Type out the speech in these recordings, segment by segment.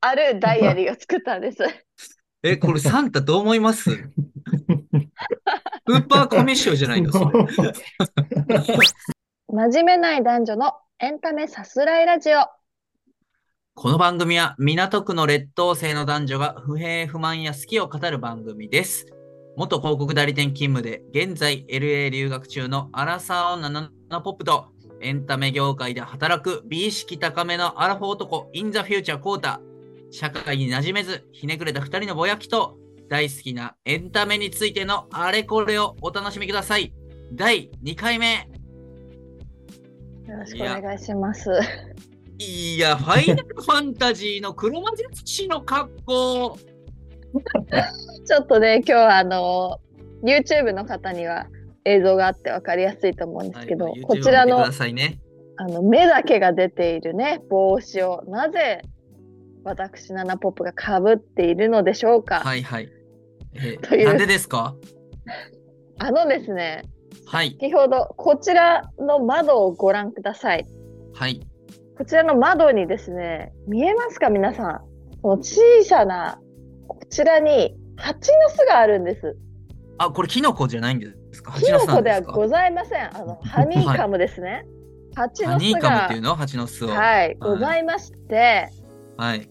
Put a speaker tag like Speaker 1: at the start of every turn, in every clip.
Speaker 1: あるダイアリーを作ったんです。
Speaker 2: え、これサンタどう思いますウーパーコミッションじゃないのそれ。
Speaker 1: 真面目ない男女のエンタメさすらいラジオ。
Speaker 2: この番組は港区の劣等生の男女が不平不満や好きを語る番組です。元広告代理店勤務で現在 LA 留学中のアラサー女のポップとエンタメ業界で働く美意識高めのアラフォー男 in the future コータ社会に馴染めずひねくれた2人のぼやきと大好きなエンタメについてのあれこれをお楽しみください第2回目
Speaker 1: よろしくお願いします。
Speaker 2: いや、ファイナルファンタジーの黒魔術師の格好。
Speaker 1: ちょっとね、今日はあの、YouTube の方には映像があって分かりやすいと思うんですけど、
Speaker 2: はい
Speaker 1: こちら
Speaker 2: YouTube を見てく
Speaker 1: の
Speaker 2: ださいね。
Speaker 1: あの目だけが出ているね、帽子をなぜ私、ナナポップがかぶっているのでしょうか。
Speaker 2: はいはい。え
Speaker 1: という
Speaker 2: なんでですか
Speaker 1: あのですね、
Speaker 2: はい
Speaker 1: 先ほどこちらの窓をご覧ください。
Speaker 2: はい。
Speaker 1: こちらの窓にですね、見えますか皆さん。この小さな、こちらに蜂の巣があるんです。
Speaker 2: あ、これキノコじゃないんですか
Speaker 1: キ
Speaker 2: 蜂
Speaker 1: ノ
Speaker 2: の巣な
Speaker 1: コ
Speaker 2: ん
Speaker 1: では
Speaker 2: ですか
Speaker 1: ございません。あの、ハニーカムですね。蜂
Speaker 2: ハ
Speaker 1: の
Speaker 2: ニ
Speaker 1: 巣
Speaker 2: ーカムっ
Speaker 1: が
Speaker 2: ていう、の蜂の巣を。はい。
Speaker 1: はい、ございまして、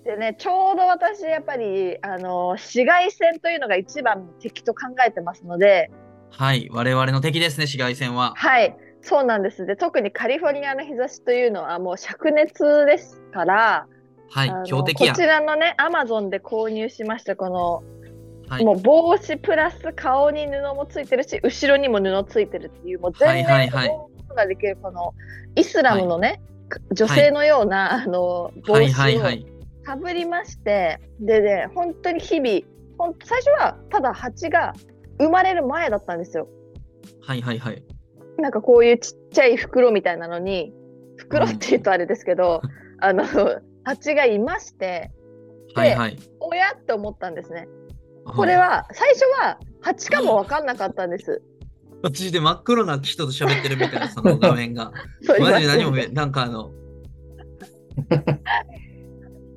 Speaker 1: でね、ちょうど私、やっぱり、あの、紫外線というのが一番の敵と考えてますので、
Speaker 2: はい。我々の敵ですね、紫外線は。
Speaker 1: はい、そうなんです。で、特にカリフォルニアの日差しというのはもう灼熱ですから、
Speaker 2: は
Speaker 1: あの
Speaker 2: い。強敵や
Speaker 1: こ。ちらのね、アマゾンで購入しました、この、
Speaker 2: はい
Speaker 1: も。う帽子プラス顔に布もついてるし、後ろにも布ついてるっていう、もう全
Speaker 2: はい
Speaker 1: 面
Speaker 2: はいはい
Speaker 1: 覆うことができる、このイスラムのね、女性のような、あの帽
Speaker 2: はいはいは
Speaker 1: 子を
Speaker 2: い。
Speaker 1: かぶりまして、でね、本当に日々、ほん最初はただ蜂が生まれる前だったんですよ。
Speaker 2: はいはいはい。
Speaker 1: なんかこういうちっちゃい袋みたいなのに、袋って言うとあれですけど、 あの、蜂がいまして、
Speaker 2: はいはい。
Speaker 1: おやって思ったんですね。これは最初は蜂かも分かんなかったんです。
Speaker 2: うん。マジで真っ黒な人と喋ってるみたいな、その画面が。
Speaker 1: そう
Speaker 2: マジで何も
Speaker 1: 今
Speaker 2: 見えなんかあ の。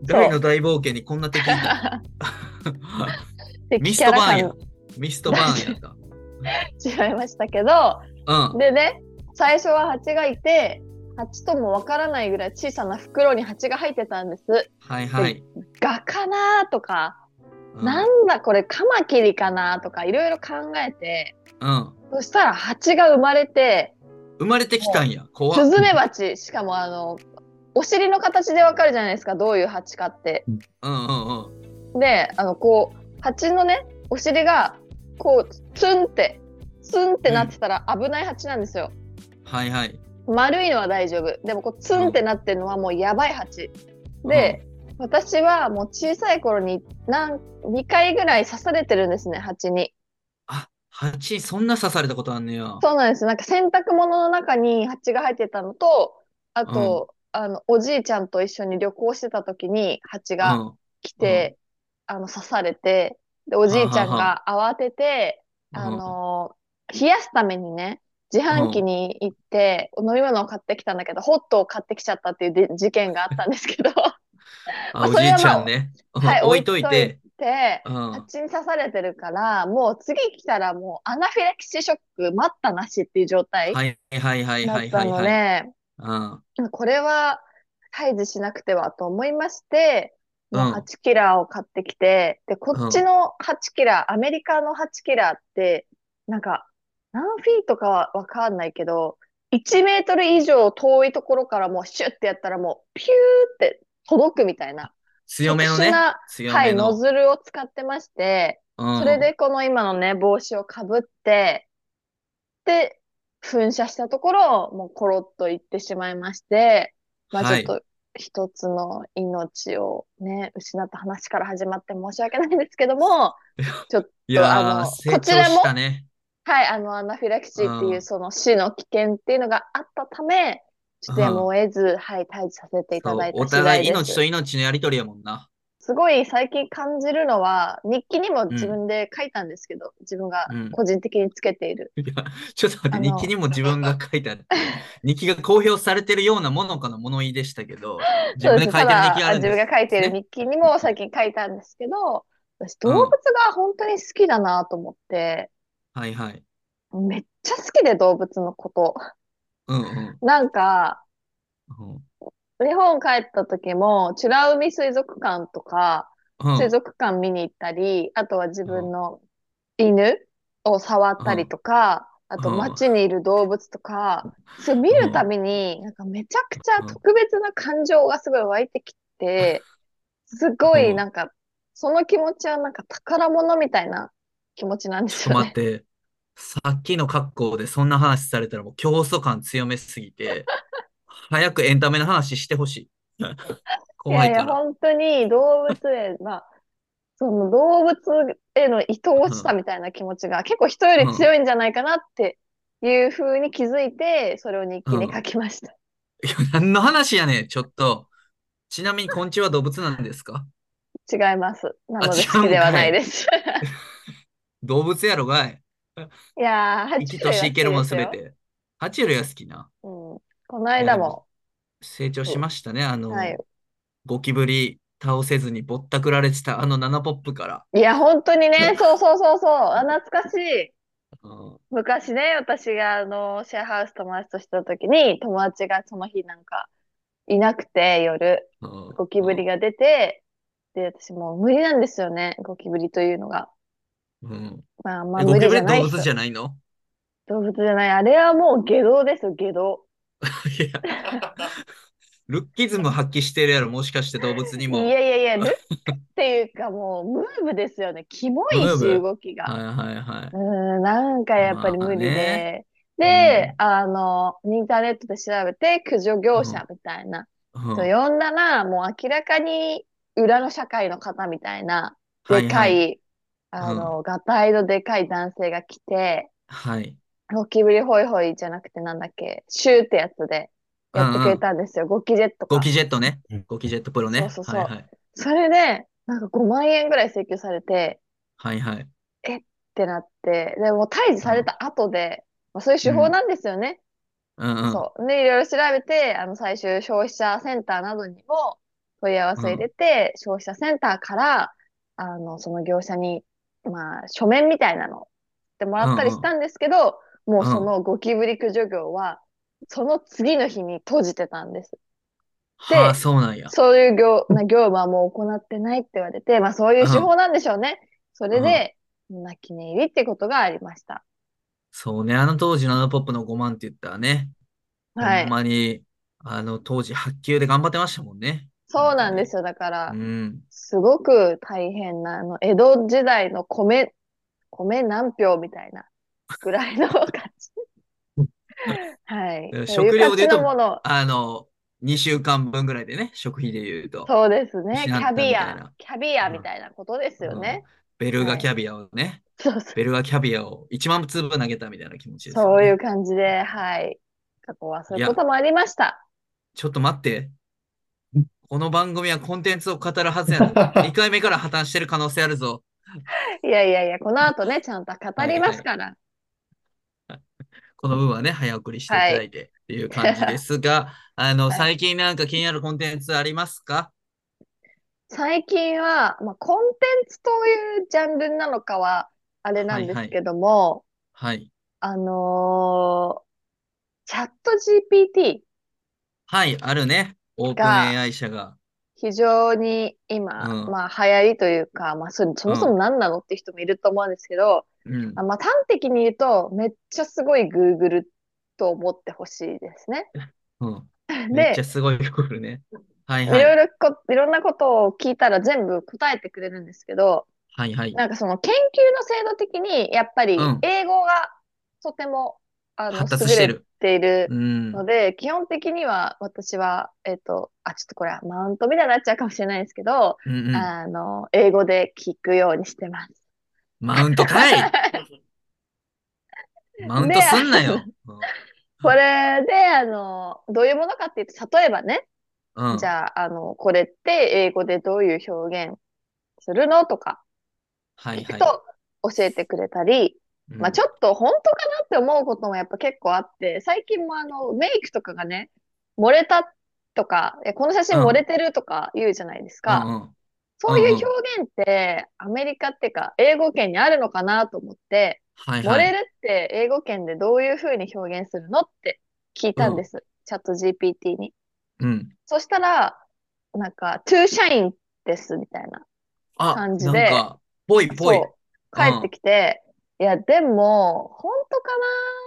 Speaker 2: 大の大冒険にこんな敵いたの ミストバーンや。ミストバーンや っ
Speaker 1: 敵キャラ感違いましたけど、
Speaker 2: た。うん。
Speaker 1: でね、最初は蜂がいて、蜂とも分からないぐらい小さな袋に蜂が入ってたんです。
Speaker 2: はいはい。
Speaker 1: ガかなーとか、
Speaker 2: うん
Speaker 1: なんだこれカマキリかなーとかいろいろ考えて、
Speaker 2: うん。
Speaker 1: そしたら蜂が生まれて、
Speaker 2: 生まれてきたんや。怖
Speaker 1: ス
Speaker 2: っ
Speaker 1: ズメバチ、しかもあの、お尻の形で分かるじゃないですか、どういう蜂かって。
Speaker 2: うんうんうん。
Speaker 1: であのこう蜂のねお尻がこうツンってツンってなってたら危ない蜂なんですよ、
Speaker 2: はいはい。
Speaker 1: 丸いのは大丈夫でもこうツンってなってるのはもうやばい蜂で、私はもう小さい頃に何2回ぐらい刺されてるんですね蜂に
Speaker 2: あ、蜂、そんな刺されたことあんねや。
Speaker 1: そうなんですなんか洗濯物の中に蜂が入ってたのとあと、あのおじいちゃんと一緒に旅行してた時に蜂
Speaker 2: う
Speaker 1: が
Speaker 2: ん。
Speaker 1: 来て、あの刺されてでおじいちゃん
Speaker 2: あは
Speaker 1: が慌てて、あのー冷やすためにね自販機に行って、飲み物を買ってきたんだけどホットを買ってきちゃったっていうで事件があったんです けど
Speaker 2: あ、お
Speaker 1: そ
Speaker 2: じ
Speaker 1: れ
Speaker 2: い
Speaker 1: は
Speaker 2: ちゃんね。うん
Speaker 1: はい
Speaker 2: 置いといて。
Speaker 1: で
Speaker 2: うん。は
Speaker 1: 蜂に刺されてるからもう次来たらもうアナフィラキシーショック待ったなしっていう状態
Speaker 2: い
Speaker 1: だ
Speaker 2: はいはいはいは
Speaker 1: っ
Speaker 2: い
Speaker 1: た
Speaker 2: はい
Speaker 1: の
Speaker 2: はい。
Speaker 1: で
Speaker 2: うん。
Speaker 1: これは退治しなくてはと思いまして、もう
Speaker 2: うん
Speaker 1: ハチキラーを買ってきて、で、こっちのハチキラー、アメリカのハチキラーって、なんか、何フィートかはわかんないけど、1メートル以上遠いところからもうシュッてやったらもうピューって届くみたいな、
Speaker 2: 強めの
Speaker 1: 特殊
Speaker 2: ね。
Speaker 1: な、
Speaker 2: 強
Speaker 1: は
Speaker 2: め
Speaker 1: い、ノ
Speaker 2: の。
Speaker 1: ズルを使ってまして、
Speaker 2: うん
Speaker 1: それでこの今のね、帽子をかぶって、で、噴射したところをもうコロッといってしまいまして、まあ
Speaker 2: は
Speaker 1: ちょっ
Speaker 2: い
Speaker 1: と一つの命をね、失った話から始まって申し訳ないんですけども、
Speaker 2: いや
Speaker 1: あ
Speaker 2: ー、
Speaker 1: の
Speaker 2: 成
Speaker 1: こ
Speaker 2: 長
Speaker 1: ちらも
Speaker 2: したね。
Speaker 1: はい、あのアナフィラキシーっていううんその死の危険っていうのがあったため、ちょっとやむを得ず、はい、退治させていただい
Speaker 2: そうお
Speaker 1: た次第
Speaker 2: 互い
Speaker 1: で
Speaker 2: 命
Speaker 1: す。
Speaker 2: と命のやりとりやもんな。
Speaker 1: そすごい最近感じるのは、日記にも自分で書いたんですけど、自分が
Speaker 2: うん
Speaker 1: 個人的につけている。
Speaker 2: いや、ちょっと待って、
Speaker 1: あの
Speaker 2: 日記にも自分が書い てあって、日記が公表されてるようなものかの物言いでした けど、自
Speaker 1: そう
Speaker 2: 分
Speaker 1: で
Speaker 2: です書いてる日
Speaker 1: た
Speaker 2: 記が
Speaker 1: だ
Speaker 2: あ
Speaker 1: あ
Speaker 2: る
Speaker 1: 自
Speaker 2: んです
Speaker 1: 分が書いて いる
Speaker 2: ね
Speaker 1: 日記にも最近書いたんですけど、私動物が本当に好きだなと思って、
Speaker 2: はいはい。
Speaker 1: めっちゃ好きで動物のこと。
Speaker 2: うんうん
Speaker 1: なんか、
Speaker 2: うん。
Speaker 1: 日本帰った時も、美ら海水族館とか、
Speaker 2: うん
Speaker 1: 水族館見に行ったり、あとは自分の犬を触ったりとか、あと
Speaker 2: うん
Speaker 1: 街にいる動物とか、そう見るたびに、なんかめちゃくちゃ特別な感情がすごい湧いてきて、すご
Speaker 2: う
Speaker 1: い
Speaker 2: ん
Speaker 1: なんか、その気持ちはなんか宝物みたいな気持ちなんで
Speaker 2: ちょっ
Speaker 1: す
Speaker 2: と
Speaker 1: よ
Speaker 2: 待っ
Speaker 1: ね。
Speaker 2: て、さっきの格好でそんな話されたらもう競争感強めす ぎて、早くエンタメの話してほし
Speaker 1: い
Speaker 2: い。怖
Speaker 1: や
Speaker 2: い
Speaker 1: いや、
Speaker 2: から。
Speaker 1: 本当に動物園、まあ、 その動物への愛おしさみたいな気持ちが結構人より強いんじゃないかなっていうふうに気づいて、それを日記に書きました。
Speaker 2: いや、何の話やねん、ちょっと。ちなみに昆虫は動物なんですか
Speaker 1: 違います。なので
Speaker 2: 違うんかい
Speaker 1: 好きではないです。
Speaker 2: 動物やろがい。
Speaker 1: いやー、爬
Speaker 2: 生
Speaker 1: 虫
Speaker 2: き
Speaker 1: 類
Speaker 2: と
Speaker 1: は
Speaker 2: し
Speaker 1: 好
Speaker 2: 生
Speaker 1: き
Speaker 2: けるも
Speaker 1: で
Speaker 2: の
Speaker 1: す
Speaker 2: すべ
Speaker 1: よ。
Speaker 2: て。爬虫類は好きな。
Speaker 1: うん。この間も、
Speaker 2: 成長しましたね。あの、
Speaker 1: はい。
Speaker 2: ゴキブリ倒せずにぼったくられてたあのナナポップから。
Speaker 1: いや、本当にね、そうそうそうそう。あ懐かしい。
Speaker 2: うん
Speaker 1: 昔ね、私があの、シェアハウス友達とした時に、友達がその日なんか、いなくて夜、
Speaker 2: うん
Speaker 1: ゴキブリが出て、で、私もう無理なんですよね、ゴキブリというのが。
Speaker 2: うん
Speaker 1: まあまあ
Speaker 2: え
Speaker 1: 無
Speaker 2: ゴキ
Speaker 1: 理
Speaker 2: ブ
Speaker 1: じ
Speaker 2: リ
Speaker 1: ゃない
Speaker 2: 動物
Speaker 1: 人
Speaker 2: じゃないの
Speaker 1: 動物じゃない。あれはもう下道ですよ、下道。
Speaker 2: い や、ルッキズム発揮してるやろ、もしかして動物に
Speaker 1: い
Speaker 2: も。
Speaker 1: やいやいや、 ルックっていうかもうムーブですよね。キモい
Speaker 2: ムー
Speaker 1: し、
Speaker 2: ブ
Speaker 1: 動きが。
Speaker 2: はいはいはい。
Speaker 1: うーん、なんかやっぱり無理
Speaker 2: ま
Speaker 1: で
Speaker 2: あね。
Speaker 1: で、あの、インターネットで調べて、駆除業者みたいな。
Speaker 2: うん
Speaker 1: と呼んだら、もう明らかに裏の社会の方みたいな、
Speaker 2: はい
Speaker 1: で
Speaker 2: は
Speaker 1: か
Speaker 2: い。
Speaker 1: い、あの、がたいのでかい男性が来て、
Speaker 2: はい。
Speaker 1: ゴキブリホイホイじゃなくてなんだっけ、シューってやつでやってくれたんですよ。ゴキジェット
Speaker 2: ゴ
Speaker 1: か。
Speaker 2: キジェットね。ゴキジェットプロね。
Speaker 1: そうそうそう
Speaker 2: はいはい。
Speaker 1: それで、なんか5万円ぐらい請求されて、
Speaker 2: はいはい。
Speaker 1: ってなって、でもう退治された後で、まあ、そういう手法なんですよね。
Speaker 2: うんうん。
Speaker 1: そう。で、いろいろ調べて、あの、最終消費者センターなどにも問い合わせを入れて、消費者センターから、あの、その業者に、まあ、書面みたいなのってもらったりしたんですけど、もうそのゴキブリ駆除業は、その次の日に閉じてたんです。で
Speaker 2: はあ、そうなんや。
Speaker 1: そういう業、な業務はもう行ってないって言われて、まあそういう手法なんでしょうね。それで、泣き寝入りってことがありました。
Speaker 2: そうね。あの当時のナナポップの5万って言ったらね。
Speaker 1: は
Speaker 2: ほん
Speaker 1: い。
Speaker 2: まに、あの当時、発球で頑張ってましたもんね。
Speaker 1: そうなんですよ。だから
Speaker 2: う、ん。
Speaker 1: すごく大変な、あの、江戸時代の米、米何票みたいなぐらいの感じ。 はい。
Speaker 2: えー
Speaker 1: そういう
Speaker 2: 食料で言う
Speaker 1: 感じ
Speaker 2: と
Speaker 1: のもの。
Speaker 2: あの、2週間分ぐらいでね、食費で言うと。
Speaker 1: そうですね。キ
Speaker 2: 失った
Speaker 1: ャ
Speaker 2: みたい
Speaker 1: ビ
Speaker 2: な
Speaker 1: ア、キャビアみたいなことですよね。
Speaker 2: ベル
Speaker 1: は
Speaker 2: ガ
Speaker 1: い
Speaker 2: キャビアをね、
Speaker 1: そうそう。
Speaker 2: ベルガキャビアを1万粒投げたみたいな気持ちですよ
Speaker 1: そういう
Speaker 2: ね。
Speaker 1: 感じで、はい。過去はそういう
Speaker 2: いや
Speaker 1: こともありました。
Speaker 2: ちょっと待って。この番組はコンテンツを語るはず やな。2回目から破綻してる可能性あるぞ。
Speaker 1: いやいやいや、この後ね、ちゃんと語りますから。
Speaker 2: この分はね、早送りしていただいてっていう感じで すが、あ
Speaker 1: は
Speaker 2: の、
Speaker 1: い
Speaker 2: 最近なんか気になるコンテンツありますか
Speaker 1: 最近は、まあ、コンテンツというジャンルなのかは、あれなんですけども、
Speaker 2: はい。
Speaker 1: あのーチャット GPT
Speaker 2: はい、あるね。オープン
Speaker 1: が
Speaker 2: AI 社が。
Speaker 1: 非常に今、
Speaker 2: うん
Speaker 1: まあ流行りというか、まあそれそもそも何なのっていう人もいると思うんですけど、
Speaker 2: うん
Speaker 1: あ。まあ端的に言うと、めっちゃすごい Google と思ってほしいですね。
Speaker 2: うん。めっちゃ
Speaker 1: で、
Speaker 2: すごい来るね。はい
Speaker 1: い
Speaker 2: はい。
Speaker 1: ろいろこ、いろんなことを聞いたら全部答えてくれるんですけど、
Speaker 2: はいはい。
Speaker 1: なんかその研究の精度的に、やっぱり
Speaker 2: うん
Speaker 1: 英語がとても、あの、
Speaker 2: 発達して
Speaker 1: 優れ
Speaker 2: る。
Speaker 1: ている
Speaker 2: うん。
Speaker 1: ので、基本的には私は、えっと、あ、ちょっとこれはマウントみたいになっちゃうかもしれないですけど、
Speaker 2: うんうん
Speaker 1: あの、英語で聞くようにしてます。
Speaker 2: マウントか いマウントすんなよ。
Speaker 1: これで、あの、どういうものかっていうと、例えばね、
Speaker 2: うん。
Speaker 1: じゃあ、あの、これって英語でどういう表現するのとか
Speaker 2: はい
Speaker 1: 聞
Speaker 2: は
Speaker 1: く
Speaker 2: い。
Speaker 1: と教えてくれたり、
Speaker 2: うん
Speaker 1: まあちょっと本当かなって思うこともやっぱ結構あって、最近もあのメイクとかがね、漏れたとか、えこの写真
Speaker 2: うん
Speaker 1: 漏れてるとか言うじゃないです
Speaker 2: う
Speaker 1: か。
Speaker 2: んうん
Speaker 1: そういう
Speaker 2: うん
Speaker 1: 表現ってアメリカっていうか英語圏にあるのかなと思って、
Speaker 2: はい
Speaker 1: 漏
Speaker 2: は
Speaker 1: れ
Speaker 2: い。
Speaker 1: るって英語圏でどういう風に表現するのって聞いたんです。チャット GPT に。
Speaker 2: うん。
Speaker 1: そしたら、なんか、トゥーシャインですみたいな。
Speaker 2: あ、
Speaker 1: 感じ
Speaker 2: なん
Speaker 1: で
Speaker 2: か、ぽいぽい。
Speaker 1: そう。帰ってきて、いや、でも、本当かな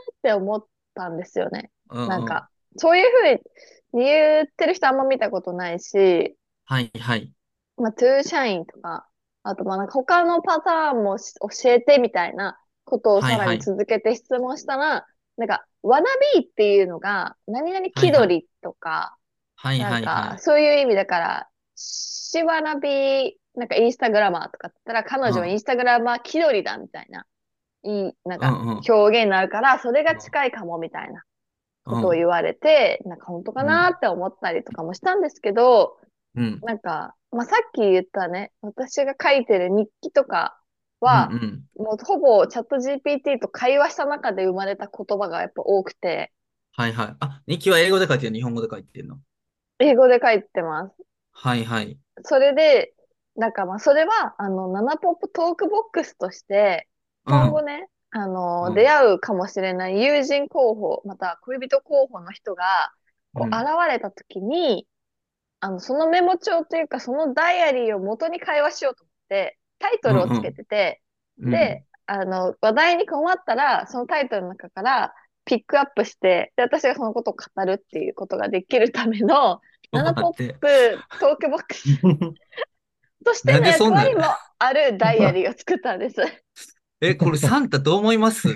Speaker 1: ーって思ったんですよね。
Speaker 2: うんうん
Speaker 1: なんか、そういう風に言ってる人あんま見たことないし、
Speaker 2: はいはい。
Speaker 1: まあ、トゥーシャインとか、あと、まあ、なんか他のパターンもし教えてみたいなことをさ
Speaker 2: はい
Speaker 1: ら
Speaker 2: は
Speaker 1: に
Speaker 2: い
Speaker 1: 続けて質問したら、なんか、わなびーっていうのが、何々気取りとか、
Speaker 2: はい
Speaker 1: な
Speaker 2: は
Speaker 1: ん
Speaker 2: い
Speaker 1: か
Speaker 2: は、い。
Speaker 1: そういう意味だから、しわなび、なんかインスタグラマーとかって言ったら、彼女は
Speaker 2: うん
Speaker 1: インスタグラマー気取りだみたいな、いい、なんか、
Speaker 2: うんうん
Speaker 1: 表現になるから、それが近いかもみたいなことを言われて、なんか本当かなって思ったりとかもしたんですけど、
Speaker 2: うんうん。
Speaker 1: なんか、まあ、さっき言ったね、私が書いてる日記とかは
Speaker 2: う、んうん
Speaker 1: もうほぼチャット GPT と会話した中で生まれた言葉がやっぱ多くて、
Speaker 2: はいはい。あ、日記は英語で書いてるの日本語で書いてるの
Speaker 1: 英語で書いてます。
Speaker 2: はいはい。
Speaker 1: それで、なんかまあそれは、あの、ナナポップトークボックスとして、
Speaker 2: うん。
Speaker 1: 今後ね、あの、
Speaker 2: うん
Speaker 1: 出会うかもしれない友人候補、また恋人候補の人が、こう
Speaker 2: うん
Speaker 1: 現れた時に、あの、そのメモ帳というか、そのダイアリーを元に会話しようと思って、タイトルをつけてて、
Speaker 2: うん
Speaker 1: で、あの、話題に困ったら、そのタイトルの中からピックアップして、で、私がそのことを語るっていうことができるため の、
Speaker 2: ち
Speaker 1: ナ
Speaker 2: ょっ
Speaker 1: ナ
Speaker 2: と
Speaker 1: ポ
Speaker 2: 待
Speaker 1: ッ
Speaker 2: って。
Speaker 1: プトークボックス としての
Speaker 2: なんで
Speaker 1: 役
Speaker 2: そんな
Speaker 1: 割もあるダイアリーを作ったん です。
Speaker 2: え、これサンタどう思います ス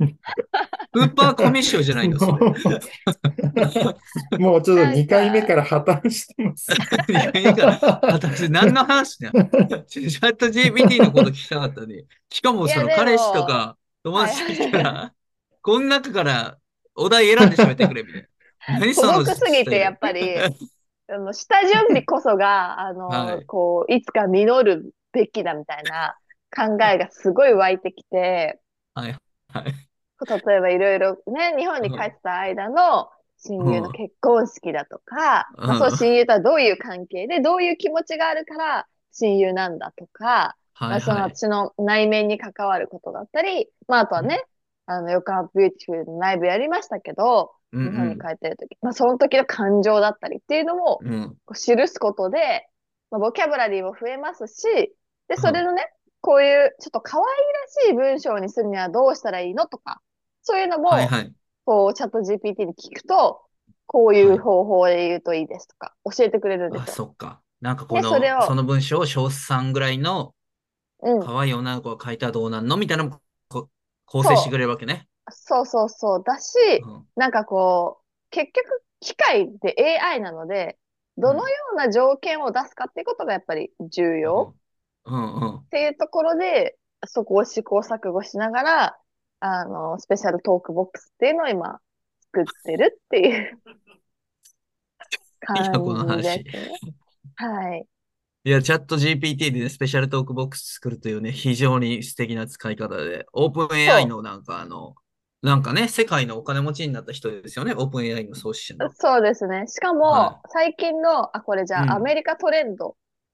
Speaker 2: ーパーコミッションじゃない のそれ。
Speaker 3: もうちょっと2回目から破綻してます。
Speaker 2: いやいいから私、何の話だよ。チャット GPT のこと聞きたかったのに。しかも、その
Speaker 1: いやでも
Speaker 2: 彼氏とか友 達とから、この中からお題選んで喋ってくれ、みたい な。何
Speaker 1: 孤
Speaker 2: その
Speaker 1: 独すぎてやっぱ り、あの、下準備こそが、あの、
Speaker 2: はい
Speaker 1: こう、いつか実るべきだみたいな考えがすごい湧いてきて、
Speaker 2: はいはい
Speaker 1: 例えばいろいろね、日本に帰ってた間の親友の結婚式だとか、
Speaker 2: うん
Speaker 1: まあ、そう、親友とはどういう関係で、どういう気持ちがあるから親友なんだとか、ま
Speaker 2: は
Speaker 1: あ、
Speaker 2: い
Speaker 1: その
Speaker 2: はい。
Speaker 1: 私の内面に関わることだったり、まあ、あとはね、あの、横浜ビューティフルのライブやりましたけど、
Speaker 2: うん
Speaker 1: 日本
Speaker 2: う
Speaker 1: に
Speaker 2: ん
Speaker 1: 帰ってる時、まあ、その時の感情だったりっていうのも
Speaker 2: うん
Speaker 1: こう記すことで、まあ、ボキャブラリーも増えますし、で、
Speaker 2: うん
Speaker 1: それのね、こういうちょっと可愛らしい文章にするにはどうしたらいいのとか、そういうのも、
Speaker 2: はいはい。
Speaker 1: こう、チャット GPT に聞くと、こういう方法で言うといいですとか、教えてくれるんで
Speaker 2: あ、
Speaker 1: すよ。
Speaker 2: そっか。なんかこ
Speaker 1: でそれを
Speaker 2: の、その文章を小3ぐらいの
Speaker 1: うん。
Speaker 2: 可愛い女の子が書いたらどうなんのみたいなのもこ構成してくれるわけね。
Speaker 1: そうそうそう。だし、
Speaker 2: うん
Speaker 1: なんかこう、結局、機械で AI なので、どのような条件を出すかっていうことがやっぱり重要
Speaker 2: うんうん。
Speaker 1: っていうところで、そこを試行錯誤しながら、あの、スペシャルトークボックスっていうのを今、作ってるって いう
Speaker 2: いやこの
Speaker 1: 感じ
Speaker 2: 話
Speaker 1: ですね。はい。
Speaker 2: いや、チャット GPT でね、スペシャルトークボックス作るというね、非常に素敵な使い方で、オープン AI のなんかあの、なんかね、世界のお金持ちになった人ですよね、オープン AI の創始者の。
Speaker 1: そうですね。しかも、
Speaker 2: は
Speaker 1: 最近の、あ、これじゃあ、
Speaker 2: うん
Speaker 1: アメリカトレンドっ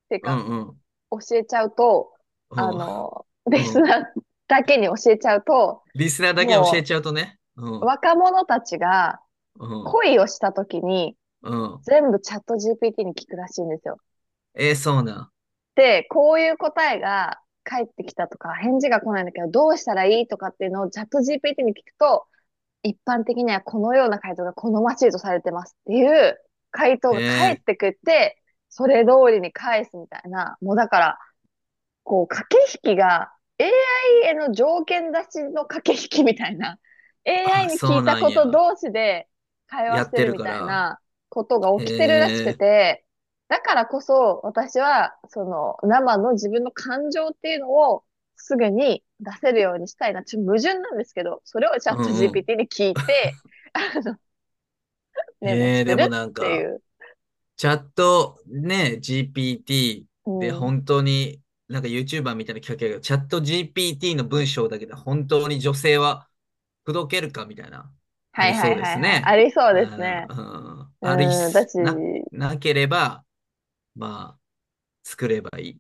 Speaker 1: ていう
Speaker 2: う
Speaker 1: か、
Speaker 2: んうん。
Speaker 1: 教えちゃうと、
Speaker 2: うん
Speaker 1: あの、リスナーだけに教えちゃうと、
Speaker 2: リスナーだけ教えちゃうとね。うん。
Speaker 1: 若者たちが
Speaker 2: うん。
Speaker 1: 恋をしたときに
Speaker 2: うん。
Speaker 1: 全部チャット GPT に聞くらしいんですよ。
Speaker 2: ええ、そうなん。
Speaker 1: で、こういう答えが返ってきたとか、返事が来ないんだけど、どうしたらいいとかっていうのをチャット GPT に聞くと、一般的にはこのような回答が好ましいとされてますっていう回答が返ってくって、それ通りに返すみたいな、もうだから、こう、駆け引きが AI への条件出しの駆け引きみたいな、AI に
Speaker 2: そ
Speaker 1: 聞い
Speaker 2: うな
Speaker 1: た
Speaker 2: んや
Speaker 1: こと同士で会話してるみた
Speaker 2: やっ
Speaker 1: い
Speaker 2: てるか
Speaker 1: なことが起きてるらしくて、だからこそ私は、その生の自分の感情っていうのをすぐに出せるようにしたいな。ちょっと矛盾なんですけど、それをチャット
Speaker 2: うんうん
Speaker 1: GPT に聞いて、 あの、メモ
Speaker 2: ええ、
Speaker 1: して
Speaker 2: で
Speaker 1: る
Speaker 2: もなん
Speaker 1: って
Speaker 2: か、
Speaker 1: いう。
Speaker 2: チャット、ね、GPT で、
Speaker 1: うん
Speaker 2: 本当に、なんか YouTuber みたいな企画が、チャット GPT の文章だけで本当に女性は口説けるかみたいな。
Speaker 1: はいはいはいはい
Speaker 2: あ
Speaker 1: ありそうですね。
Speaker 2: うん
Speaker 1: うん
Speaker 2: ある必
Speaker 1: だし、
Speaker 2: な、なければ、まあ、作ればいい。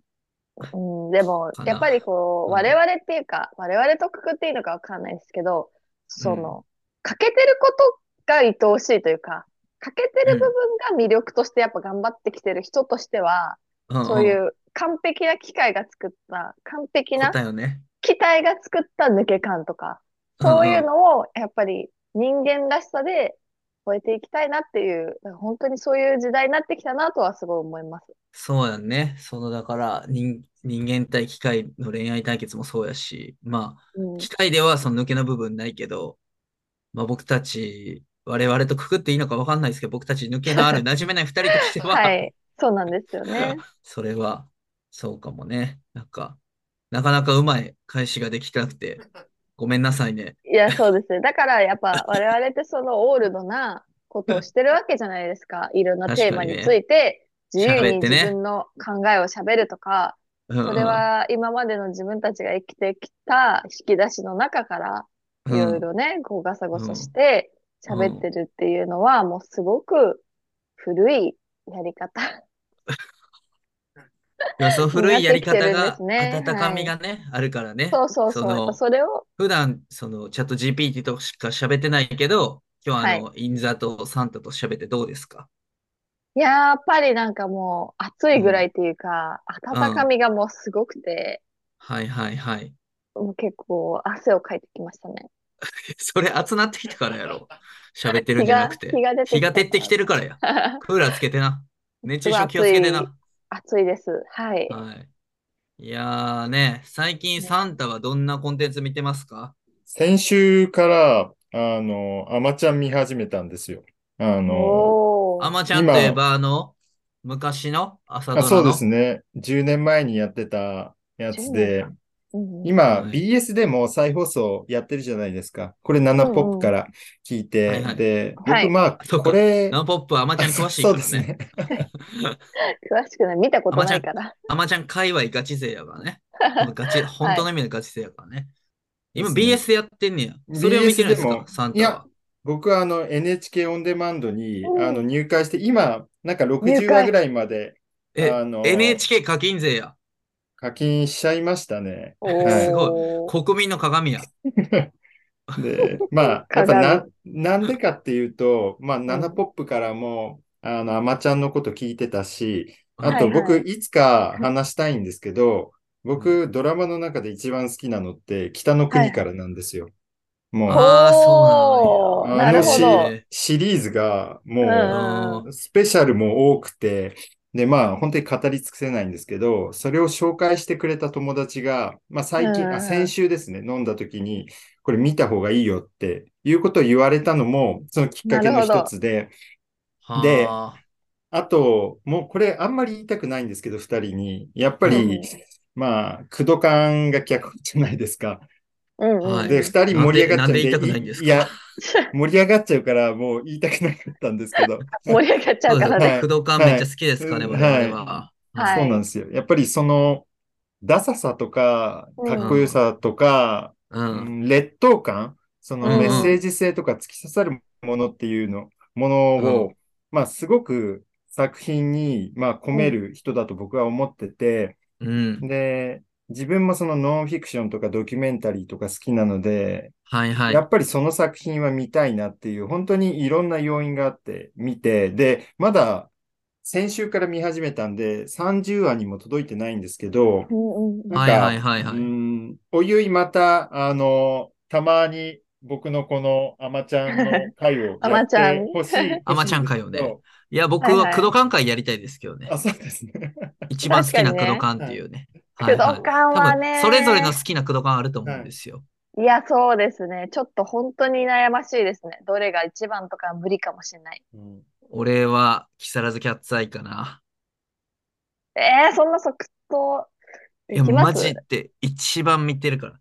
Speaker 1: うん、でも
Speaker 2: か、な
Speaker 1: やっぱりこ
Speaker 2: う
Speaker 1: う、
Speaker 2: ん
Speaker 1: 我々っていうか、我々とくくっていいのかわかんないですけど、その、欠けてることが愛おしいというか、欠けてる部分が魅力としてやっぱ頑張ってきてる人としては、
Speaker 2: うん
Speaker 1: そうい
Speaker 2: うん
Speaker 1: う完璧な機械が作った、完璧な
Speaker 2: 答えをね。
Speaker 1: 機体が作った抜け感とか、
Speaker 2: んん
Speaker 1: そういうのをやっぱり人間らしさで超えていきたいなっていう、なんか本当にそういう時代になってきたなとはすごい思います。
Speaker 2: そうやんね。その、だから、人、人間対機械の恋愛対決もそうやし、まあ、
Speaker 1: うん
Speaker 2: 機械ではその抜けの部分ないけど、まあ僕たち、我々とくくっていいのかわかんないですけど、僕たち抜けの ある馴染めない二人としては、
Speaker 1: はい、そうなんですよね。
Speaker 2: それは、そうかもね。なんか、なかなかうまい返しができなくて、ごめんなさいね。
Speaker 1: いや、そうですね。だからやっ ぱ我々ってそのオールドなことをしてるわけじゃないですか。いろんなテーマについて自由
Speaker 2: 喋
Speaker 1: に
Speaker 2: って
Speaker 1: 自
Speaker 2: ね
Speaker 1: 分の考えを喋るとか、
Speaker 2: うん
Speaker 1: それは今までの自分たちが生きてきた引き出しの中から
Speaker 2: う
Speaker 1: い
Speaker 2: ん
Speaker 1: ろいろね、こうガサゴソして喋ってるっていうのはもうすごく古いやり方。
Speaker 2: いやそう古いやり方
Speaker 1: にな
Speaker 2: が
Speaker 1: ってきてるんですね
Speaker 2: 温かみがね、あるからね。
Speaker 1: そうそう
Speaker 2: そ
Speaker 1: そう。
Speaker 2: の
Speaker 1: やっぱそれを、
Speaker 2: 普段、その、チャット GPT としか喋ってないけど、今日はあの、インザとサンタと喋ってどうですか
Speaker 1: やっぱりなんかもう暑いぐらいっていうか、温かみがもうすごくて、
Speaker 2: はいはいはい。
Speaker 1: もう結構汗をかいてきましたね。
Speaker 2: それ熱なってきたからやろ。喋ってるんじゃなくて。
Speaker 1: 日が、
Speaker 2: 日
Speaker 1: 日
Speaker 2: が
Speaker 1: が
Speaker 2: 照
Speaker 1: 出
Speaker 2: って
Speaker 1: て
Speaker 2: き
Speaker 1: き
Speaker 2: て
Speaker 1: た
Speaker 2: るからや。
Speaker 1: から。
Speaker 2: クーラーつけてな。熱中症気をつけてな。
Speaker 1: 暑いです。はい。
Speaker 2: はい。いやーね、最近サンタはどんなコンテンツ見てますか
Speaker 3: 先週から、あの、アマちゃん見始めたんですよ。あの、
Speaker 1: おー
Speaker 2: あまちゃんといえばあの、昔の朝ド
Speaker 3: あ、
Speaker 2: ラ
Speaker 3: そうで
Speaker 2: の
Speaker 3: すね。10年前にやってたやつで、
Speaker 1: うんうん
Speaker 3: 今、
Speaker 2: はい
Speaker 3: BS でも再放送やってるじゃないですか。これ、ナナポップから聞いて、
Speaker 2: はいはい
Speaker 3: で、
Speaker 1: はい
Speaker 3: 僕、まあ、
Speaker 2: そうか
Speaker 3: これ、
Speaker 2: ナンポップはあまちゃん詳しい
Speaker 3: そう
Speaker 2: か
Speaker 3: で
Speaker 2: ら
Speaker 3: す
Speaker 2: ね。
Speaker 3: ね。
Speaker 1: 詳しくない。見たことないから。
Speaker 2: あまちゃん界隈ガチ勢やから ね。ガチ、本当の意味でガチ勢やからね。今
Speaker 3: ですね
Speaker 2: BS でやってんねや。それを見てるんです
Speaker 3: で
Speaker 2: か
Speaker 3: も、
Speaker 2: サン
Speaker 3: い
Speaker 2: タ
Speaker 3: や
Speaker 2: は。
Speaker 3: 僕はあの NHK オンデマンドに
Speaker 1: うん
Speaker 3: あの入会して、今、なんか
Speaker 1: 入
Speaker 3: 60
Speaker 1: 会
Speaker 3: 話ぐらいまで
Speaker 2: え、
Speaker 3: あの
Speaker 2: NHK 課金勢や。
Speaker 3: 課金しちゃいましたね。
Speaker 1: おー
Speaker 2: す国民の鏡や。
Speaker 3: で、まあ、やっぱな、なんでかっていうと、まあ、ナナポップからも、あの、アマちゃんのこと聞いてたし、あ
Speaker 1: は
Speaker 3: と
Speaker 1: い
Speaker 3: 僕、
Speaker 1: はい
Speaker 3: いつか話したいんですけど、
Speaker 2: う
Speaker 3: 僕、ドラマの中で一番好きなのって、北の国からなんですよ。もう、あ
Speaker 2: ああ、
Speaker 1: お
Speaker 2: そ
Speaker 1: ー
Speaker 2: うな
Speaker 1: な
Speaker 2: んや。
Speaker 3: の
Speaker 1: るほ
Speaker 3: シ
Speaker 1: ど
Speaker 2: えー
Speaker 3: シリーズが、もう、
Speaker 1: うん
Speaker 3: スペシャルも多くて、で、まあ、本当に語り尽くせないんですけど、それを紹介してくれた友達が、まあ、最近、
Speaker 1: うんうんう
Speaker 3: あ、
Speaker 1: ん
Speaker 3: 先週ですね、飲んだ時に、これ見た方がいいよっていうことを言われたのも、そのきっかけの一つで、で
Speaker 2: は
Speaker 3: あと、もうこれあんまり言いたくないんですけど、二人に、やっぱ
Speaker 1: うんうん、
Speaker 3: りまあ、クドカンが脚本じゃないですか。
Speaker 1: うんうん
Speaker 2: はい
Speaker 3: で、二人盛り上がっちゃうんで、
Speaker 2: なんでなんで言いたくないんですか
Speaker 3: いや、盛り上がっちゃうから、もう言いたくなかったんですけど。
Speaker 1: 盛り上がっちゃうからね。
Speaker 3: そう
Speaker 2: あ。で、
Speaker 3: はい
Speaker 2: 工藤館めっちゃ好きですかね、
Speaker 3: はい
Speaker 2: 我々は。
Speaker 1: はい
Speaker 3: そうなんですよ。やっぱりその、ダサさとか、
Speaker 1: うん
Speaker 3: かっこよさとか、
Speaker 2: う。
Speaker 3: うんん劣等感、そ
Speaker 1: うんう
Speaker 3: の
Speaker 1: ん
Speaker 3: メッセージ性とか突き刺さるものっていうの、もの
Speaker 2: う
Speaker 3: を、まあ、すごく作品に、まあ、込める人だと僕は思ってて、
Speaker 2: うん。
Speaker 3: で、自分もそのノンフィクションとかドキュメンタリーとか好きなので、
Speaker 2: はいはい。
Speaker 3: やっぱりその作品は見たいなっていう、本当にいろんな要因があって見て、で、まだ先週から見始めたんで、30話にも届いてないんですけど、
Speaker 1: うんうんうん
Speaker 3: なん
Speaker 2: はい
Speaker 3: か
Speaker 2: はいはいは
Speaker 3: う
Speaker 2: い。
Speaker 3: ん、おゆいまた、あの、たまに僕のこのあまちゃんの会を
Speaker 1: あまちゃん
Speaker 3: やってほしい。
Speaker 2: あまちゃん会をね
Speaker 3: 欲しいんです
Speaker 2: いや、僕
Speaker 1: はい
Speaker 2: は
Speaker 1: はい
Speaker 2: 工藤館会やりたいですけどね
Speaker 3: けど。あ、そうです ね。
Speaker 2: 一番好きな
Speaker 1: 確
Speaker 2: 工
Speaker 1: かにね
Speaker 2: 藤館っていうね。
Speaker 1: 工
Speaker 2: はい
Speaker 1: 藤
Speaker 2: はい。
Speaker 1: 館は
Speaker 2: 多
Speaker 1: ね
Speaker 2: 分、、それぞれの好きな工藤館あると思うんですよ。
Speaker 1: いや、そうですね。ちょっと本当に悩ましいですね。どれが一番とか無理かもしれない。
Speaker 3: うん
Speaker 2: 俺は、木更津キャッツアイかな。
Speaker 1: えー、そんな即答
Speaker 2: い
Speaker 1: で
Speaker 2: や、
Speaker 1: き
Speaker 2: もう
Speaker 1: ま
Speaker 2: マ
Speaker 1: す
Speaker 2: ジで一番見てるから。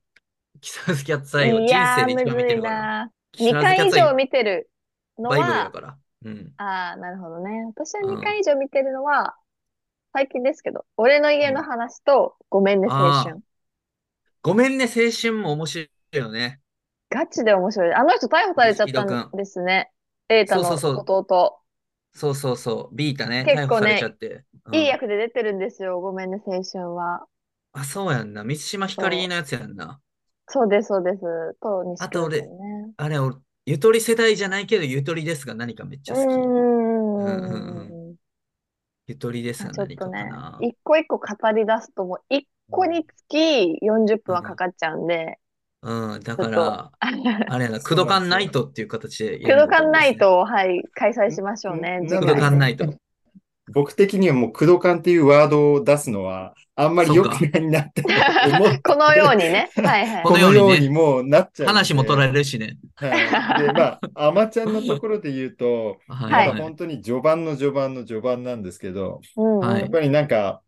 Speaker 2: 木更津キャッツアイを人
Speaker 1: いや
Speaker 2: 生
Speaker 1: ー、
Speaker 2: で一番
Speaker 1: む
Speaker 2: 見
Speaker 1: ず
Speaker 2: て
Speaker 1: い
Speaker 2: るから。
Speaker 1: な。
Speaker 2: 木
Speaker 1: 2
Speaker 2: 更津キャ
Speaker 1: 回
Speaker 2: ッ
Speaker 1: 以
Speaker 2: ツア
Speaker 1: 上
Speaker 2: イ、
Speaker 1: 見てるの
Speaker 2: バイブルだ
Speaker 1: は、
Speaker 2: から。うん。
Speaker 1: ああ、なるほどね。私は2回以上見てるのは、最近ですけど、俺の家の話と、ごめんね、青春。
Speaker 2: ごめんね、青春も面白いよね。
Speaker 1: ガチで面白い。あの人逮捕されちゃった
Speaker 2: 飯田
Speaker 1: んですね。エータの
Speaker 2: そうそうそう
Speaker 1: 弟。
Speaker 2: そうそうそう。ビータね、
Speaker 1: 結
Speaker 2: 逮捕
Speaker 1: 構
Speaker 2: さ
Speaker 1: ね
Speaker 2: れちゃって。うん
Speaker 1: いい役で出てるんですよ。ごめんね、青春は。
Speaker 2: あ、そうやんな。満島ひかりのやつやんな。
Speaker 1: そうです、そうです。と、西
Speaker 2: あと俺
Speaker 1: 君もね。
Speaker 2: あれ、俺、ゆとり世代じゃないけど、ゆとりですが何かめっちゃ
Speaker 1: う
Speaker 2: 好
Speaker 1: ー
Speaker 2: き。うんうん
Speaker 1: ん。
Speaker 2: ゆとりですが
Speaker 1: ちょっ
Speaker 2: 何
Speaker 1: と
Speaker 2: かか
Speaker 1: ね
Speaker 2: な、。
Speaker 1: 一個一個語り出すと、もう一個につき40分はかかっちゃうんで、
Speaker 2: うん、だ
Speaker 1: ちょっ
Speaker 2: か
Speaker 1: と
Speaker 2: ら、あれやな、
Speaker 3: そうなんですよ
Speaker 2: クドカンナイトっていう形で
Speaker 1: ク
Speaker 2: やる
Speaker 1: ド
Speaker 2: んだ
Speaker 1: カン
Speaker 2: と思うんで
Speaker 1: ナ
Speaker 2: す
Speaker 1: イトを、はい、開催しましょうね、
Speaker 3: うん
Speaker 1: 次
Speaker 2: ね。
Speaker 3: ト
Speaker 2: ク
Speaker 1: 回、
Speaker 2: ドカンナイト。
Speaker 3: 僕的にはもう、クドカンっていうワードを出すのは、あんまり良くないなって思って
Speaker 1: このように ね。はいはい。
Speaker 2: こ
Speaker 3: こ
Speaker 2: のよう
Speaker 3: の
Speaker 2: にね
Speaker 3: ようにもうなっちゃうんで
Speaker 2: 話も取られるしね。
Speaker 3: はい。で、ま あ、アマちゃんのところで言うと、
Speaker 2: は
Speaker 3: ま
Speaker 2: い
Speaker 3: だ
Speaker 2: はい。
Speaker 3: 本当に序盤の序盤の序盤なんですけど、
Speaker 1: うん
Speaker 2: は
Speaker 1: う
Speaker 2: い
Speaker 3: やっ
Speaker 1: ん。
Speaker 3: ぱりなんか、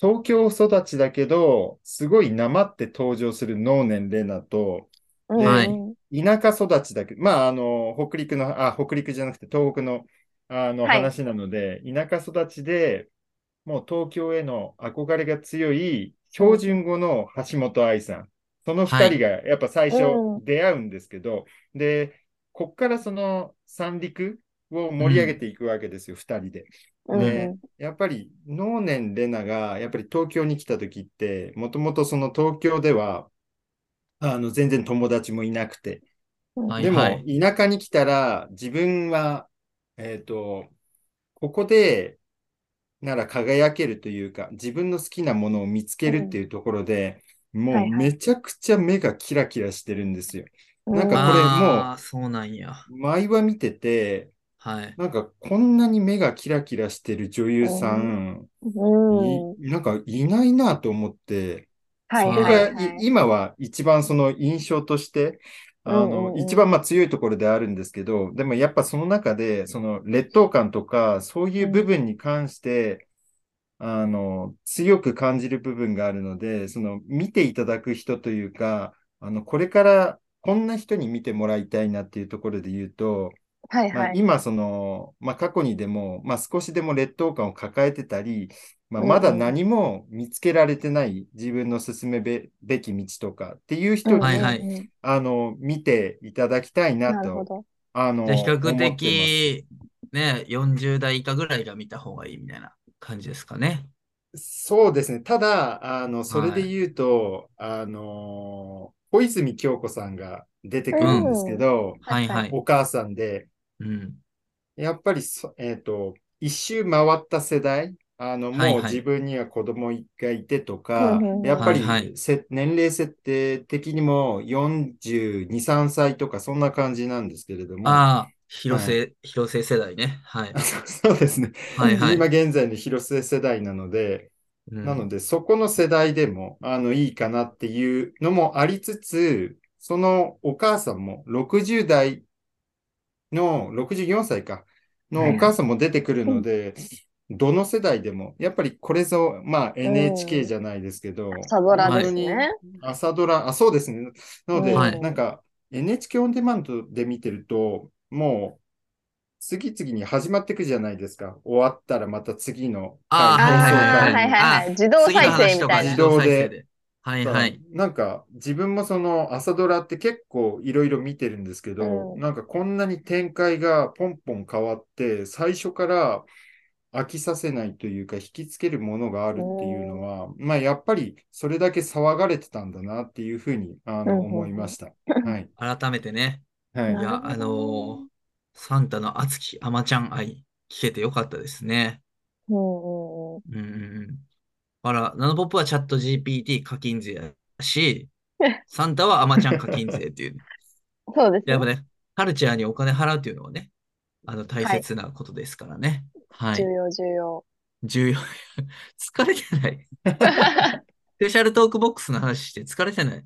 Speaker 3: 東京育ちだけど、すごいなまって登場する能年玲奈と、
Speaker 1: うんう
Speaker 2: は
Speaker 1: ん
Speaker 3: 田舎育ちだけど、まあ、あの、北陸の、あ、北陸じゃなくて東北の、あの
Speaker 1: はい
Speaker 3: 話なので、田舎育ちで、もう東京への憧れが強い標準語の橋本愛さん。その
Speaker 2: は
Speaker 3: 二
Speaker 2: い
Speaker 3: 人がやっぱ最初
Speaker 1: うん
Speaker 3: 出会うんですけど、で、こっからその三陸を盛り上げていくわけですよ、二人で。
Speaker 1: うん
Speaker 3: ねやっぱり能年玲奈がやっぱり東京に来た時ってもともとその東京ではあの全然友達もいなくて
Speaker 1: うん
Speaker 2: はい
Speaker 3: でも田舎に来たら自分はえっとここでなら輝けるというか自分の好きなものを見つけるっていうところで
Speaker 1: は
Speaker 3: もう
Speaker 1: いはい
Speaker 3: めちゃくちゃ目がキラキラしてるんですよ。なんかこれ
Speaker 2: ああ、そうなんや。
Speaker 3: 毎話見てて
Speaker 2: はい。
Speaker 3: なんかこんなに目がキラキラしてる女優さん
Speaker 1: うん。
Speaker 3: いなんかいないなと思って、
Speaker 1: はい
Speaker 3: そ
Speaker 1: は
Speaker 3: れ
Speaker 1: い
Speaker 3: が
Speaker 1: はい
Speaker 3: い。今は一番その印象として、あ
Speaker 1: う
Speaker 3: の、
Speaker 1: んうんうん
Speaker 3: 一番まあ強いところであるんですけど、でもやっぱその中で、その劣等感とか、そういう部分に関して、あの、強く感じる部分があるので、その見ていただく人というか、あの、これからこんな人に見てもらいたいなっていうところで言うと、
Speaker 1: はい
Speaker 3: まあ
Speaker 1: は、い。
Speaker 3: 今その、まあ、過去にでも、まあ、少しでも劣等感を抱えてたり、まあ、
Speaker 1: うん
Speaker 3: まだ何も見つけられてない自分の進めべ、べき道とかっていう人に、
Speaker 2: はいはい
Speaker 1: うん
Speaker 3: あの見ていただきたい
Speaker 1: うん
Speaker 3: な
Speaker 1: なるほ
Speaker 3: と
Speaker 1: ど。
Speaker 3: あの
Speaker 2: じゃあ比
Speaker 3: 思
Speaker 2: 較
Speaker 3: ってます。
Speaker 2: 的、ね、40代以下ぐらいが見た方がいいみたいな感じですかね。
Speaker 3: そうですね。ただ、あの、それ
Speaker 2: は
Speaker 3: で
Speaker 2: い
Speaker 3: 言うと、あの、小泉京子さんが出てくるんですけど、
Speaker 2: はいは
Speaker 1: はい
Speaker 2: い。
Speaker 3: お母さんで、
Speaker 2: うん。
Speaker 3: やっぱりそ、えっと、一周回った世代、あの、
Speaker 2: はい
Speaker 3: もう
Speaker 2: はい
Speaker 3: 自分には子供がいてと
Speaker 1: う
Speaker 3: か
Speaker 1: んうんうん、
Speaker 3: やっぱ
Speaker 2: はいは
Speaker 3: りせ、年齢設定的にも42、3歳とかそんな感じなんですけれども、
Speaker 2: ああ、広瀬、広瀬世代ね。はい。
Speaker 3: そうですね。
Speaker 2: はいはい。
Speaker 3: 今現在の広末世代なので、
Speaker 2: うん
Speaker 3: なので、そこの世代でも、あの、いいかなっていうのもありつつ、そのお母さんも60代の、64歳か、のお母さんも出てくるので、どの世代でも、やっぱりこれぞ、まあ NHK じゃないですけど、
Speaker 1: 朝ドラです
Speaker 3: 本
Speaker 1: ね。
Speaker 3: 当に朝ドラ、あ、そうですね。なので、
Speaker 2: はい
Speaker 3: なんか NHK オンデマンドで見てると、もう、次々に始まっていくじゃないですか。終わったらまた次の
Speaker 2: あー
Speaker 1: あ
Speaker 3: 放送
Speaker 1: あ、
Speaker 3: 回
Speaker 1: は
Speaker 3: に
Speaker 1: いはいはい。自動
Speaker 2: 次の
Speaker 1: 再
Speaker 2: 話
Speaker 1: 生
Speaker 2: と
Speaker 1: み
Speaker 2: か
Speaker 1: た
Speaker 2: 自
Speaker 1: い
Speaker 3: 動
Speaker 1: な。
Speaker 2: 動再生で。はい
Speaker 3: だか
Speaker 2: は
Speaker 3: ら
Speaker 2: い。
Speaker 3: なんか自分もその朝ドラって結構いろいろ見てるんですけど、
Speaker 1: うん
Speaker 3: なんかこんなに展開がポンポン変わって最初から飽きさせないというか引きつけるものがあるっていうのは、まあやっぱりそれだけ騒がれてたんだなっていうふうにあ
Speaker 1: うんう
Speaker 3: の
Speaker 1: んうん
Speaker 3: 思いました。はい。
Speaker 2: 改めてね。
Speaker 3: はい
Speaker 1: なる
Speaker 3: い。
Speaker 2: や、
Speaker 1: ほど
Speaker 2: あのーサンタの熱きアマちゃん愛、聞けてよかったですね。
Speaker 1: うんうんうん。
Speaker 2: うんうんうん。あら、ナノポップはチャット GPT 課金税や し、サンタはアマちゃん課金税っていう。
Speaker 1: そうです
Speaker 2: やっぱ
Speaker 1: ね。
Speaker 2: ね、カルチャーにお金払うっていうのはね、あの、大切なことですからね。は
Speaker 1: 重
Speaker 2: い。
Speaker 1: 要重要。
Speaker 2: 重要。 疲れてない。スペシャルトークボックスの話して疲れてない。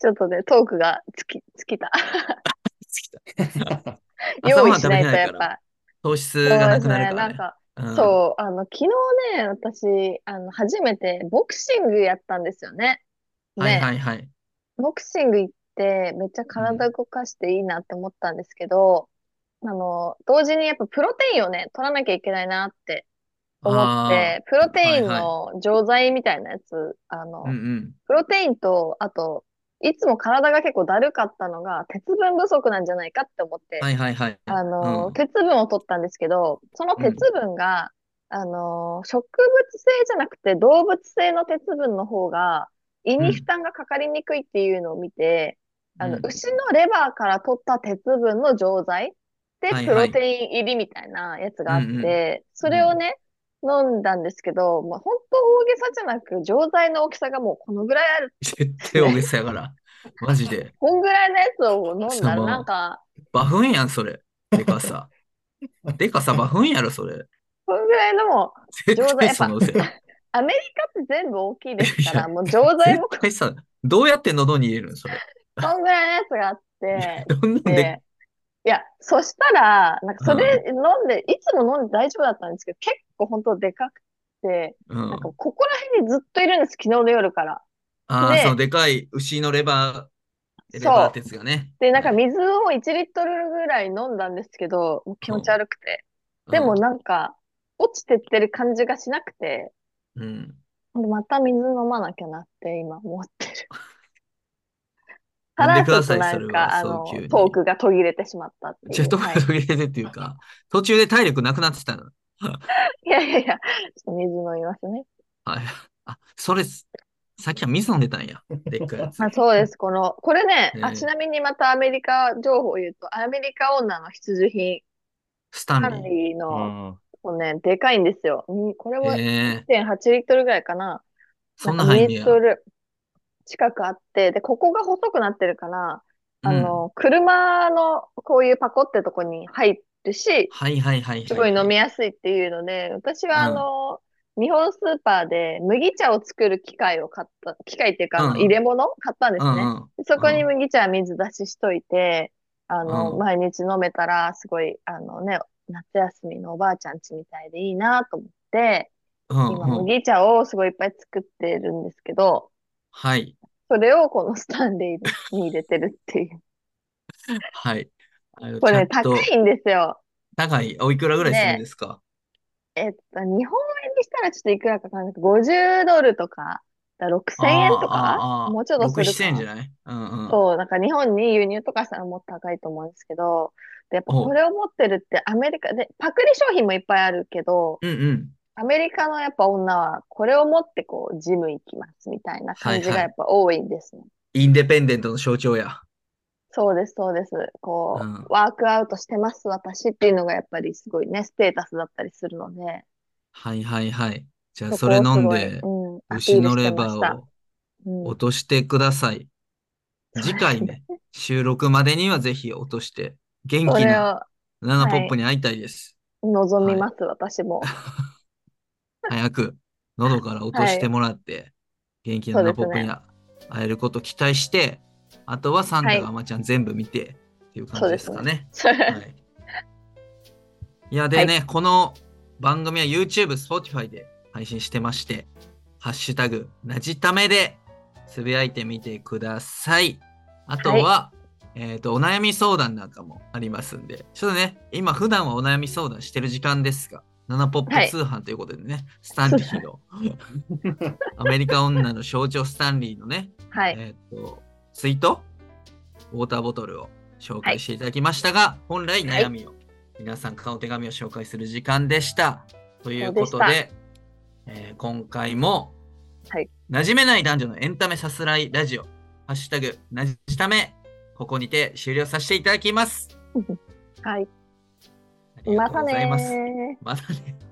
Speaker 1: ちょっとね、トークがつき、つきた。
Speaker 2: 朝
Speaker 1: 用
Speaker 2: ご
Speaker 1: 意
Speaker 2: はん
Speaker 1: しないと
Speaker 2: 食べてな
Speaker 1: や
Speaker 2: いか
Speaker 1: っ
Speaker 2: ら、
Speaker 1: ぱ。
Speaker 2: 糖質
Speaker 1: そう
Speaker 2: が
Speaker 1: で
Speaker 2: な
Speaker 1: す
Speaker 2: くなる
Speaker 1: ね。
Speaker 2: か
Speaker 1: な
Speaker 2: ら
Speaker 1: ん
Speaker 2: ね。
Speaker 1: か、
Speaker 2: うん
Speaker 1: そう、あの、昨日ね、私、あの、初めてボクシングやったんですよね。
Speaker 2: はい
Speaker 1: ね
Speaker 2: は。いはい。
Speaker 1: ボクシング行って、めっちゃ体動かしていいなって思ったんですけど、あの、同時にやっぱプロテインをね、取らなきゃいけないなって思って、プロテイン
Speaker 2: はい
Speaker 1: の錠剤みたいなやつ、あの
Speaker 2: うんう、ん。
Speaker 1: プロテインと、あと、いつも体が結構だるかったのが、鉄分不足なんじゃないかって思って、
Speaker 2: はいはいはい。
Speaker 1: あの、
Speaker 2: うん
Speaker 1: 鉄分を取ったんですけど、その鉄分が、あの、植物性じゃなくて動物性の鉄分の方が胃に負担がかかりにくいっていうのを見て、あの、
Speaker 2: うん
Speaker 1: 牛のレバーから取った鉄分の錠剤で
Speaker 2: はい
Speaker 1: プ
Speaker 2: はい
Speaker 1: ロテイン入りみたいなやつがあっ
Speaker 2: うん
Speaker 1: て、それをね、飲んだんですけど、まあ、本当大げさじゃなく、錠剤の大きさがもうこのぐらいある
Speaker 2: 絶対大げさやから。マジで。
Speaker 1: こんぐらいのやつを飲んだら、
Speaker 2: そう
Speaker 1: なんか、
Speaker 2: バフンやん、それ。でか さ。でかさ、バフンやろ、それ。
Speaker 1: こんぐらいのもう、
Speaker 2: 絶対そのせい。
Speaker 1: アメリカって全部大きいですか
Speaker 2: いや
Speaker 1: ら、もう錠剤も
Speaker 2: 絶対さ、どうやって喉に入れるん、それ。
Speaker 1: こんぐらいのやつがあって、
Speaker 2: どんなんで
Speaker 1: で、いや、そしたら、なんかそれ飲んで、いつも飲んで大丈夫だったんですけど、結構本当でかくて、
Speaker 2: うん
Speaker 1: なんかここら辺にずっといるんです、昨日の夜から。
Speaker 2: ああ、
Speaker 1: で
Speaker 2: そのでかい牛のレバー、レ
Speaker 1: そう
Speaker 2: バー鉄がね。
Speaker 1: で、なんか水を1リットルぐらい飲んだんですけど、もう気持ち悪くて。
Speaker 2: うん
Speaker 1: でも、なんか、落ちてってる感じがしなくて、
Speaker 2: うん。
Speaker 1: また水飲まなきゃなって今思ってる。
Speaker 2: 飲ん
Speaker 1: 話
Speaker 2: でくだ
Speaker 1: す
Speaker 2: さ
Speaker 1: と
Speaker 2: い
Speaker 1: なんか、あ
Speaker 2: それは
Speaker 1: の
Speaker 2: 早急に、
Speaker 1: トークが途切れてしまったって
Speaker 2: ち
Speaker 1: い
Speaker 2: ょっ
Speaker 1: う。
Speaker 2: と
Speaker 1: はい
Speaker 2: 途切れてっていうか、途中で体力なくなってたの。
Speaker 1: いやいやいや、ちょっと水飲みますね。
Speaker 2: はい。あ、それ、さっきは水飲んでたんや。でっか いやつ。
Speaker 1: まあそうです。この、これね、あ、
Speaker 2: ねえ
Speaker 1: ちなみにまたアメリカ情報を言うと、アメリカ女の必需品、
Speaker 2: スタン
Speaker 1: ハ
Speaker 2: リー。
Speaker 1: リーの、
Speaker 3: あ
Speaker 1: こうね、でかいんですよ。にこれも
Speaker 2: ええ
Speaker 1: 1.8リットルぐらいかな。
Speaker 2: そん
Speaker 1: な
Speaker 2: なん
Speaker 1: か
Speaker 2: 入
Speaker 1: 2
Speaker 2: ん
Speaker 1: リ
Speaker 2: ねや
Speaker 1: ッ。トル近くあって、で、ここが細くなってるから、あの、車のこういうパコってとこに入るし、
Speaker 2: はいはいはいはい。
Speaker 1: すごい飲みやすいっていうので、私はあの、日本スーパーで麦茶を作る機械を買った、機械っていうか、あの
Speaker 2: うん
Speaker 1: 入れ物買ったんです
Speaker 2: うん
Speaker 1: ね。
Speaker 2: うん。
Speaker 1: そこに麦茶水出ししといて、あ
Speaker 2: う
Speaker 1: の、
Speaker 2: ん
Speaker 1: 毎日飲めたら、すごい、あのね、夏休みのおばあちゃん家みたいでいいなと思って、
Speaker 2: うん
Speaker 1: 今
Speaker 2: うん。
Speaker 1: 麦茶をすごいいっぱい作ってるんですけど、
Speaker 2: はい。
Speaker 1: それをこのスタンレーに入れてるっていう。
Speaker 2: はい。あの
Speaker 1: これね、
Speaker 2: ちゃんと
Speaker 1: 高いんですよ。
Speaker 2: 高い。おいくらぐらいするんですか
Speaker 1: えっと、日本円にしたらちょっといくらかわかんないけど、50ドルとか、だから6000円と
Speaker 2: あーあーあ
Speaker 1: か
Speaker 2: ー
Speaker 1: もうちょっとする
Speaker 2: ?6、7000円じ
Speaker 1: か。
Speaker 2: ゃないうんうん。
Speaker 1: そう、なんか日本に輸入とかしたらもっと高いと思うんですけど、で、やっぱ
Speaker 2: お
Speaker 1: これを持ってるってアメリカで、パクリ商品もいっぱいあるけど、
Speaker 2: うんうん。
Speaker 1: アメリカのやっぱ女はこれを持ってこう、ジム行きますみたいな感じ
Speaker 2: はいは
Speaker 1: が
Speaker 2: い
Speaker 1: やっぱ多いんですね。
Speaker 2: インデペンデントの象徴や。
Speaker 1: そうです、そうです。こう、
Speaker 2: うん
Speaker 1: ワークアウトしてます、私っていうのがやっぱりすごいね、ステータスだったりするので、
Speaker 2: はいはいはい。じゃあ、
Speaker 1: そ
Speaker 2: それ
Speaker 1: こを
Speaker 2: 飲ん
Speaker 1: す
Speaker 2: で、
Speaker 1: ごい、うん、アピ
Speaker 2: 牛
Speaker 1: ール
Speaker 2: の
Speaker 1: して
Speaker 2: レ
Speaker 1: ま
Speaker 2: バ
Speaker 1: し
Speaker 2: ー
Speaker 1: た。
Speaker 2: を
Speaker 1: うん
Speaker 2: 落としてください。次回
Speaker 1: そうです
Speaker 2: ね、 収録までにはぜひ落として、元
Speaker 1: そ
Speaker 2: 気
Speaker 1: れ
Speaker 2: な
Speaker 1: を
Speaker 2: ナナポップに会いたいです。
Speaker 1: 望みます、私も。
Speaker 2: 早く喉から落としてもらって、元気なナナポップに会えることを期待して、あとはサンタがアマちゃん全部見てっていう感じですかね。はい、いや、でね、この番組は YouTube、Spotify で配信してまして、ハッシュタグ、なじためでつぶやいてみてください。あとは、えっ、と、お悩み相談なんかもありますんで、ちょっとね、今普段はお悩み相談してる時間ですが、ナナポッ
Speaker 1: は
Speaker 2: プ
Speaker 1: い
Speaker 2: 通販ということでね、スタンリーの、アメリカ女の象徴スタンリーのね、
Speaker 1: はい。
Speaker 2: えー、とツイートウォーターボトルを紹介していただきましたが、本来悩みを、皆さんからお手紙を紹介する時間でしたということ
Speaker 1: そう
Speaker 2: で
Speaker 1: で
Speaker 2: えー今回も、
Speaker 1: はい
Speaker 2: 馴染めない男女のエンタメさすらいラジオ「ハッシュタグなじため」ここにて終了させていただきます
Speaker 1: はい。
Speaker 2: ありが
Speaker 1: ま
Speaker 2: とう
Speaker 1: た
Speaker 2: ござい
Speaker 1: ね
Speaker 2: ます
Speaker 1: ー。
Speaker 2: またね